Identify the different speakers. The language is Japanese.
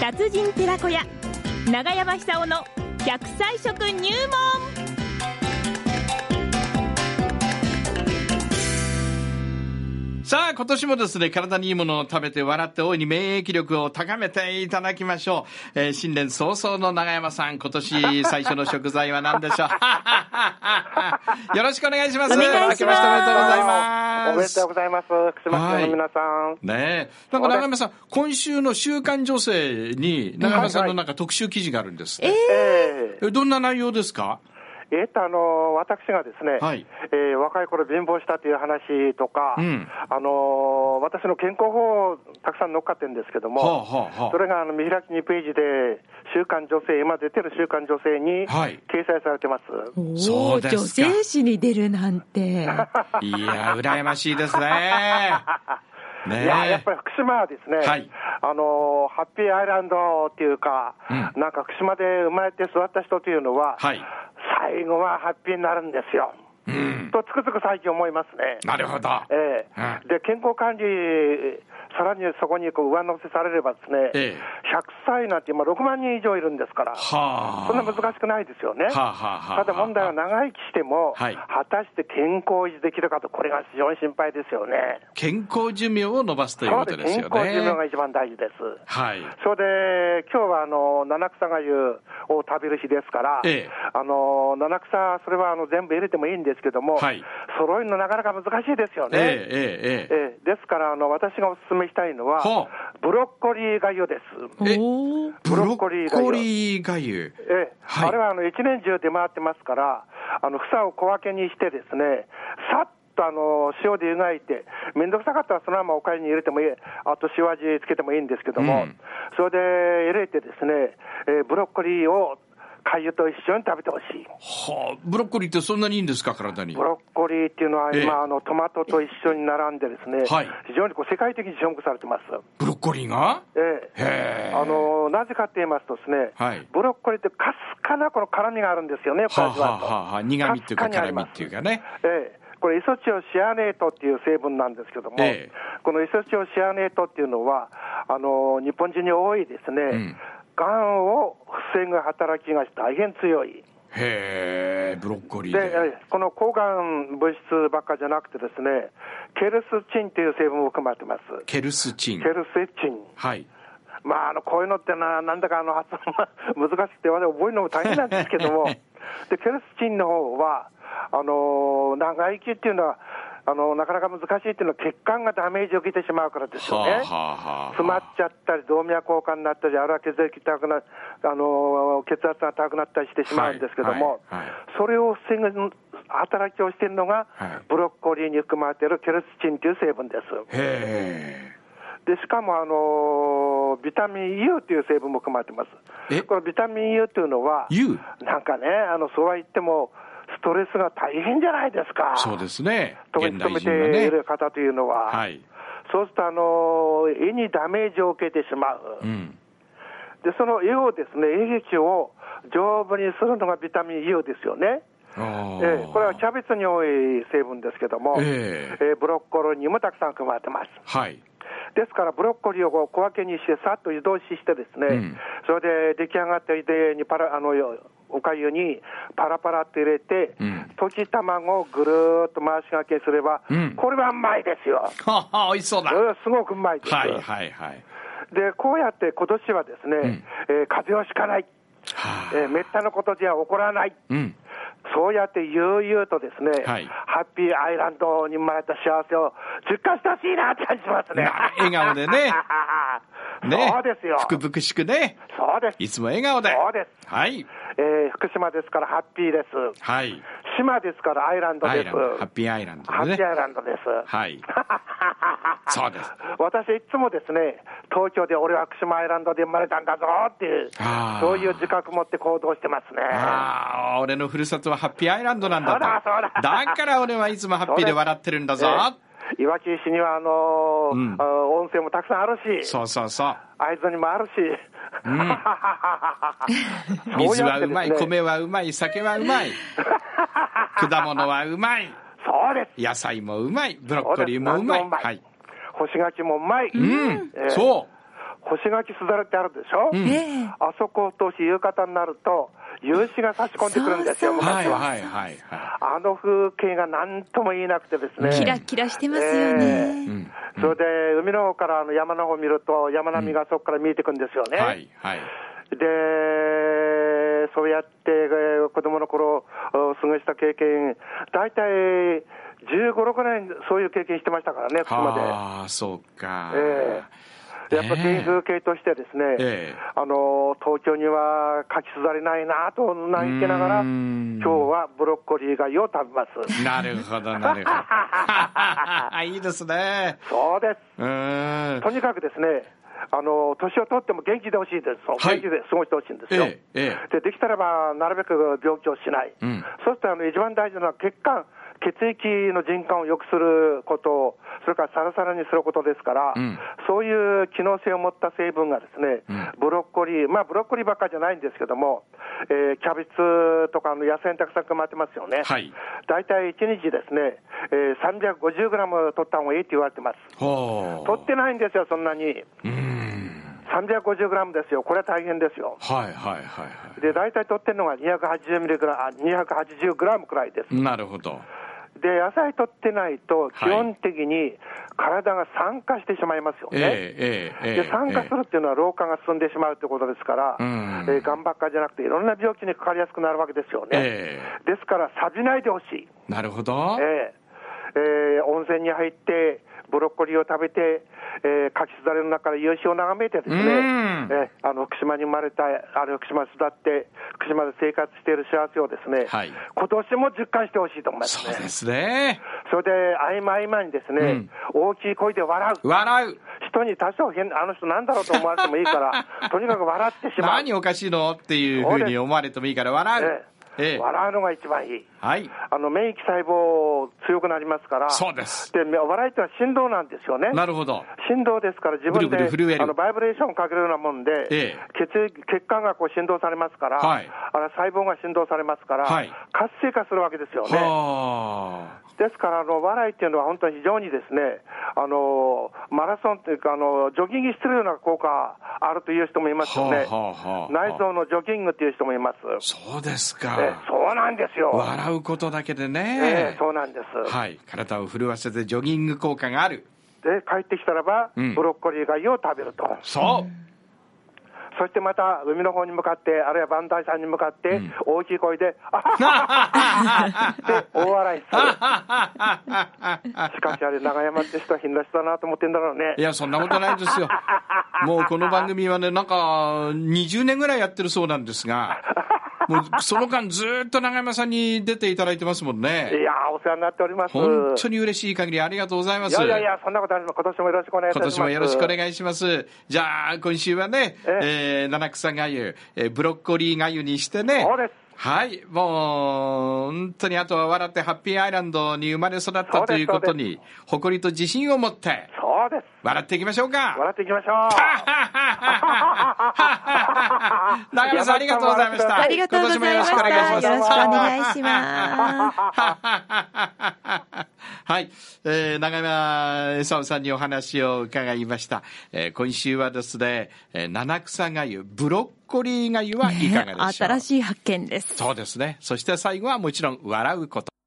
Speaker 1: 達人寺子屋長山久夫の100歳食入門
Speaker 2: さあ、今年もですね、体にいいものを食べて笑って大いに免疫力を高めていただきましょう。えー新年早々の長山さん、今年最初の食材は何でしょう よろしくお願いします。
Speaker 1: お願いします
Speaker 2: 明けましておめでとうございます。
Speaker 3: おめでとうございます。福島市の皆さん。
Speaker 2: ねえ。なんか長山さん、今週の週刊女性に、長山さんのなんか特集記事があるんですって、
Speaker 3: え
Speaker 2: えどんな内容ですか
Speaker 3: ええっと、あの、私がですね、
Speaker 2: はい
Speaker 3: えー若い頃貧乏したという話とか、
Speaker 2: うん
Speaker 3: あの、私の健康法、たくさん乗っかってるんですけど
Speaker 2: はあ
Speaker 3: も、
Speaker 2: はあは
Speaker 3: それがあの見開き2ページで、週刊女性、今出てる週刊女性に
Speaker 2: はい
Speaker 3: 掲載されてます。
Speaker 2: そ
Speaker 1: お
Speaker 2: う
Speaker 1: お
Speaker 2: です
Speaker 1: 女
Speaker 2: か
Speaker 1: 性誌に出るなん て
Speaker 2: あ。いや、羨ましいですね。ね
Speaker 3: いや、やっぱり福島はですね、
Speaker 2: はい
Speaker 3: あの、ハッピーアイランドっていうか、
Speaker 2: う
Speaker 3: なんか福島で生まれて育った人というのは、
Speaker 2: はい
Speaker 3: 最後はハッピーになるんですよ。とつくづく最近思いますね。
Speaker 2: なるほど。
Speaker 3: ええ
Speaker 2: うん
Speaker 3: で、健康管理、さらにそこにこう上乗せされればですね、
Speaker 2: ええ
Speaker 3: 100歳なんて今6万人以上いるんですから、
Speaker 2: はあ。
Speaker 3: そんな難しくないですよね。
Speaker 2: はあはあはあ
Speaker 3: ただ問題は長生きしても、
Speaker 2: はい
Speaker 3: 果たして健康を維持できるかと、これが非常に心配ですよね。
Speaker 2: 健康寿命を伸ばすということですよね。
Speaker 3: そうです健康寿命が一番大事です。
Speaker 2: はい。
Speaker 3: それで、今日はあの七草がゆを食べる日ですから、
Speaker 2: ええ
Speaker 3: あの七草、それはあの全部入れてもいいんですけども、
Speaker 2: はい
Speaker 3: 揃えるのなかなか難しいですよ
Speaker 2: ええええええ
Speaker 3: ね。ええですからあの、私がお勧めしたいのは
Speaker 2: ほう、
Speaker 3: ブロッコリーがゆです。
Speaker 2: え
Speaker 1: おお
Speaker 2: ブ
Speaker 3: ブ
Speaker 2: ロ
Speaker 3: ロ
Speaker 2: ッ
Speaker 3: ッ
Speaker 2: コ
Speaker 3: コ
Speaker 2: リ
Speaker 3: リ
Speaker 2: ー
Speaker 3: ー
Speaker 2: が
Speaker 3: がゆ
Speaker 2: ゆ。
Speaker 3: ええ
Speaker 2: はい
Speaker 3: あれはあの一年中出回ってますから、あの房を小分けにしてですね、さっとあの塩で湯がいて、めんどくさかったらそのままおかゆに入れてもいい、あと塩味つけてもいいんですけども、
Speaker 2: うん
Speaker 3: それで入れてですね、えーブロッコリーを粥と一緒に食べてほしい。
Speaker 2: はあ、ブロッコリーってそんなにいいんですか、体に
Speaker 3: ブ。ロッコリーっていうのは今、
Speaker 2: ええ
Speaker 3: あのトマトと一緒に並んでですね、
Speaker 2: はい
Speaker 3: 非常にこう世界的に注目されてます。
Speaker 2: ブロッコリーが
Speaker 3: ええ
Speaker 2: へえ。
Speaker 3: あのなぜかって言いますとですね、
Speaker 2: はい
Speaker 3: ブロッコリーってかすかなこの辛みがあるんですよね、
Speaker 2: はあ、
Speaker 3: これ味わ
Speaker 2: は
Speaker 3: うと
Speaker 2: あはあはあ、苦味っていうか
Speaker 3: かすかにあ
Speaker 2: 辛
Speaker 3: り
Speaker 2: 味
Speaker 3: ます
Speaker 2: っていうかね。
Speaker 3: ええ、これ、イソチオシアネートっていう成分なんですけども、
Speaker 2: ええ
Speaker 3: このイソチオシアネートっていうのは、あの日本人に多いです
Speaker 2: ん
Speaker 3: ね、が、んを防ぐ働きが大変強い。
Speaker 2: へえ、ブロッコリー
Speaker 3: で、
Speaker 2: で。
Speaker 3: ええこの抗がん物質ばっかじゃなくてですね、ケルスチンっていう成分も含まれてます。
Speaker 2: ケルスチン
Speaker 3: ケ。ルスチン。
Speaker 2: はい。
Speaker 3: まあ、あのこういうのってな、なんだかあの発音が 難しくて、我々覚えるのも大変なんですけ ども、でケルスチンの方は、あの長生きっていうのはあの、なかなか難しいっていうのは、血管がダメージを受けてしまうからです
Speaker 2: はあ
Speaker 3: よね。
Speaker 2: はあはあ。
Speaker 3: 詰まっちゃったり、動脈硬化になったり、あるいは血液高くなあの血圧が高くなったりしてしまうんですけども、
Speaker 2: はいはいはい
Speaker 3: それを防ぐ働きをしているのが、
Speaker 2: はい
Speaker 3: ブロッコリーに含まれているケルスチンという成分です。
Speaker 2: へ
Speaker 3: でしかも、あのビタミン U という成分も含まれてま
Speaker 2: え
Speaker 3: す。このビタミン U というのは
Speaker 2: え。、U。
Speaker 3: なんかね、あのそうは言っても、ストレスが大変じゃないですか、
Speaker 2: そうですね。
Speaker 3: 特
Speaker 2: 現
Speaker 3: に
Speaker 2: 代
Speaker 3: 勤め
Speaker 2: 人
Speaker 3: て
Speaker 2: がね
Speaker 3: い。る方というのは、
Speaker 2: はい。
Speaker 3: そうすると、あの胃にダメージを受けてしまう、
Speaker 2: うん。
Speaker 3: でその胃をですね、胃液を丈夫にするのがビタミン U ですよね。
Speaker 2: ああ
Speaker 3: ええこれはキャベツに多い成分ですけども、
Speaker 2: え
Speaker 3: ええブロッコリーにもたくさん含まれてます。
Speaker 2: はい。
Speaker 3: ですから、ブロッコリーをこう小分けにして、さっと湯通ししてですね、
Speaker 2: うん
Speaker 3: それで出来上がったゆでにパラあのよおかゆにパラパラって入れて、
Speaker 2: うん
Speaker 3: 溶き卵をぐるーっと回しがけすれば、
Speaker 2: うん
Speaker 3: これはうまいですよ。
Speaker 2: はあは あ、美味しそうだ。
Speaker 3: これはすごくうまいです。
Speaker 2: はいはいはい。
Speaker 3: で、こうやって今年はですね、えー風邪をひかない、
Speaker 2: はあ
Speaker 3: えーめったなことじゃ起こらない。
Speaker 2: うん。
Speaker 3: そうやって悠々とですね、
Speaker 2: はい
Speaker 3: ハッピーアイランドに生まれた幸せを実感してほしいなって感じしますね。
Speaker 2: な笑顔で ねね。
Speaker 3: そうですよ。
Speaker 2: 福々しくね。
Speaker 3: そうで
Speaker 2: い
Speaker 3: す。
Speaker 2: つも笑顔で。
Speaker 3: そうです
Speaker 2: はい。
Speaker 3: えー福島ですからハッピーです。
Speaker 2: はい。
Speaker 3: 島ですからアイランド
Speaker 2: ア
Speaker 3: で
Speaker 2: イラ
Speaker 3: す。
Speaker 2: ンド。ハッピーアイランドで
Speaker 3: ハッ
Speaker 2: ね
Speaker 3: ピー。アイランドです。
Speaker 2: はい。 そうです。
Speaker 3: 私いつもですね、東京で俺は福島アイランドで生まれたんだぞっていう
Speaker 2: あー、
Speaker 3: そういう自覚持って行動してますね。
Speaker 2: ああ、俺のふるさとはハッピーアイランドなんだと。
Speaker 3: そうだそうだ
Speaker 2: だから俺はいつもハッピーで笑ってるんだぞ。
Speaker 3: えーいわき市にはあのー
Speaker 2: うん
Speaker 3: あー温泉もたくさんあるし、
Speaker 2: そうそうそう。
Speaker 3: 会津にもあるし、
Speaker 2: 水はうまい、米
Speaker 3: そうやってですね
Speaker 2: はうまい、酒はうまい。 果物はうまい。
Speaker 3: そうです。
Speaker 2: 野菜もうまい。ブロッコリーもうまい。
Speaker 3: そうです
Speaker 2: はい。
Speaker 3: 干し柿もうまい。
Speaker 2: うん
Speaker 3: え。ー
Speaker 2: そう。
Speaker 3: 干し柿すだれってあるでしょ、
Speaker 2: うん
Speaker 4: ええ
Speaker 3: あそこを通し夕方になると、夕日が差し込んでくるんですよ、
Speaker 4: そうそう
Speaker 2: は
Speaker 3: 昔
Speaker 2: い
Speaker 3: は。
Speaker 2: はいはいは
Speaker 3: あの風景が何とも言えなくてですね。
Speaker 4: キラキラしてますよ
Speaker 2: い。う
Speaker 4: ね。
Speaker 2: ん。
Speaker 3: それで、海の方からあの山の方見ると、山並みがそこから見えてくるんですよね。
Speaker 2: はいはい。
Speaker 3: で、そうやって、えー子供の頃、お過ごした経験、大体15、6年、そういう経験してましたからね、ここま
Speaker 2: ああ、そうか。
Speaker 3: えで。やっぱ
Speaker 2: ね
Speaker 3: 原風景としてですね、
Speaker 2: ええ
Speaker 3: あの、東京には書きすだれないなと嘆きながら、
Speaker 2: うーん
Speaker 3: 今日はブロッコリー狩りを食べます。
Speaker 2: なるほど、なるほ ど。いいですね。
Speaker 3: そうです。
Speaker 2: うーん。
Speaker 3: とにかくですね、あの年を取っても元気でほしいです、
Speaker 2: はい
Speaker 3: 元気で過ごしてほしいんですよ。
Speaker 2: ええ、え
Speaker 3: でできたらば、なるべく病気をしない、
Speaker 2: うん
Speaker 3: そしてあの一番大事なのは血管、血液の循環を良くすること、それからサラサラにすることですから、
Speaker 2: うん
Speaker 3: そういう機能性を持った成分がですね、
Speaker 2: うん
Speaker 3: ブロッコリー、まあ、ブロッコリーばっかりじゃないんですけども、えーキャベツとかの野菜にたくさん含まれてますよね、
Speaker 2: はい
Speaker 3: 大体1日ですね、えー、350グラム取った方がいいって言われてます。
Speaker 2: え。ほう。
Speaker 3: 取ってないんですよ、そんなに。
Speaker 2: うーん。
Speaker 3: 350グラムですよ。これは大変ですよ。
Speaker 2: はいはいはいは
Speaker 3: で、大体取ってるのが280ミリグラム、280グラムくらいです。
Speaker 2: い。なるほど。
Speaker 3: で、野菜取ってないと、
Speaker 2: はい
Speaker 3: 基本的に体が酸化してしまいますよ
Speaker 2: え
Speaker 3: ね。
Speaker 2: え、ええ、ええ。
Speaker 3: で、酸化するっていうのは老化が進んでしまうってことですから、
Speaker 2: うん
Speaker 3: えー、がんばっかじゃなくて、いろんな病気にかかりやすくなるわけですよね。
Speaker 2: ええ。
Speaker 3: ですから、錆びないでほしい。
Speaker 2: なるほど。
Speaker 3: ええええ温泉に入って、ブロッコリーを食べて、ええ柿すだれの中から夕日を眺めてですね、
Speaker 2: うん
Speaker 3: ええあの福島に生まれた、あの福島に育って、福島で生活している幸せをですね、
Speaker 2: はい
Speaker 3: 今年も実感してほしいと思います
Speaker 2: そう
Speaker 3: ね。
Speaker 2: ですね。
Speaker 3: それで、合間合間にですね、大きい声で笑う。
Speaker 2: 笑う。
Speaker 3: 人に多少変、あの人なんだろうと思われてもいい から、とにかく笑ってしまう。
Speaker 2: 何おかしいのっていうふうに思われてもいいから笑う
Speaker 3: え。
Speaker 2: ええ。
Speaker 3: 笑うのが一番いい。
Speaker 2: はい。
Speaker 3: あの免疫細胞強くなりますから、
Speaker 2: そうです
Speaker 3: で笑いってのは振動なんですよね。
Speaker 2: なるほど。
Speaker 3: 振動ですから、自分
Speaker 2: ぐる
Speaker 3: で
Speaker 2: ぐる震える
Speaker 3: あのバイブレーションをかけるようなもんで、
Speaker 2: ええ
Speaker 3: 血液血管がこう振動されますから、
Speaker 2: はい
Speaker 3: あの細胞が振動されますから、
Speaker 2: はい
Speaker 3: 活性化するわけですよね。
Speaker 2: はあ。
Speaker 3: ですからあの、笑いっていうのは本当に非常にですね、あのマラソンというかあの、ジョギングしてるような効果あるという人もいますよ
Speaker 2: はあ
Speaker 3: ね、
Speaker 2: はあはあ
Speaker 3: 内臓のジョギングっていう人もいます。
Speaker 2: そうです
Speaker 3: ええ
Speaker 2: か。
Speaker 3: そうなんですよ。
Speaker 2: 笑うことだけで
Speaker 3: ええ
Speaker 2: ね。
Speaker 3: そうなんです。
Speaker 2: はい。体を震わせてジョギング効果がある。
Speaker 3: で、帰ってきたらば、
Speaker 2: うん
Speaker 3: ブロッコリー貝を食べると。
Speaker 2: そう。
Speaker 3: そしてまた、海の方に向かって、あるいは磐梯山に向かって、
Speaker 2: ん
Speaker 3: 大きい声で、あははって大笑いする。しかしあれ、長山って人は貧な人だなと思ってんだろうね。
Speaker 2: いや、そんなことない ですよ。もうこの番組はね、なんか、20年ぐらいやってるそうなんですが、もうその間ずっと長山さんに出ていただいてますもん
Speaker 3: い
Speaker 2: ね。
Speaker 3: やー、お世話になっております。
Speaker 2: 本当に嬉しい限りありがとうございま
Speaker 3: い
Speaker 2: す。
Speaker 3: やいやいや、そんなことありません。今年もよろしくお願いいた
Speaker 2: 今
Speaker 3: します。
Speaker 2: 年もよろしくお願いします。じゃあ、今週はね、えー、七草がゆ、えーブロッコリーがゆにしてね
Speaker 3: そうです、
Speaker 2: はい、もう、本当にあとは笑ってハッピーアイランドに生まれ育った
Speaker 3: そうです
Speaker 2: ということに、誇りと自信を持って、
Speaker 3: そうです。
Speaker 2: 笑っていきましょうか。
Speaker 3: 笑っていきましょう。
Speaker 2: 長山さんありがとうございました
Speaker 4: ありがとうございました。よろしくお願いします。
Speaker 2: はい、えー、長山勲さんにお話を伺いました。えー、今週はですね、えー、七草がゆ、ブロッ コリーがゆはいかがでしょう、
Speaker 4: ね新しい発見です。
Speaker 2: そうですね。そして最後はもちろん笑うこと。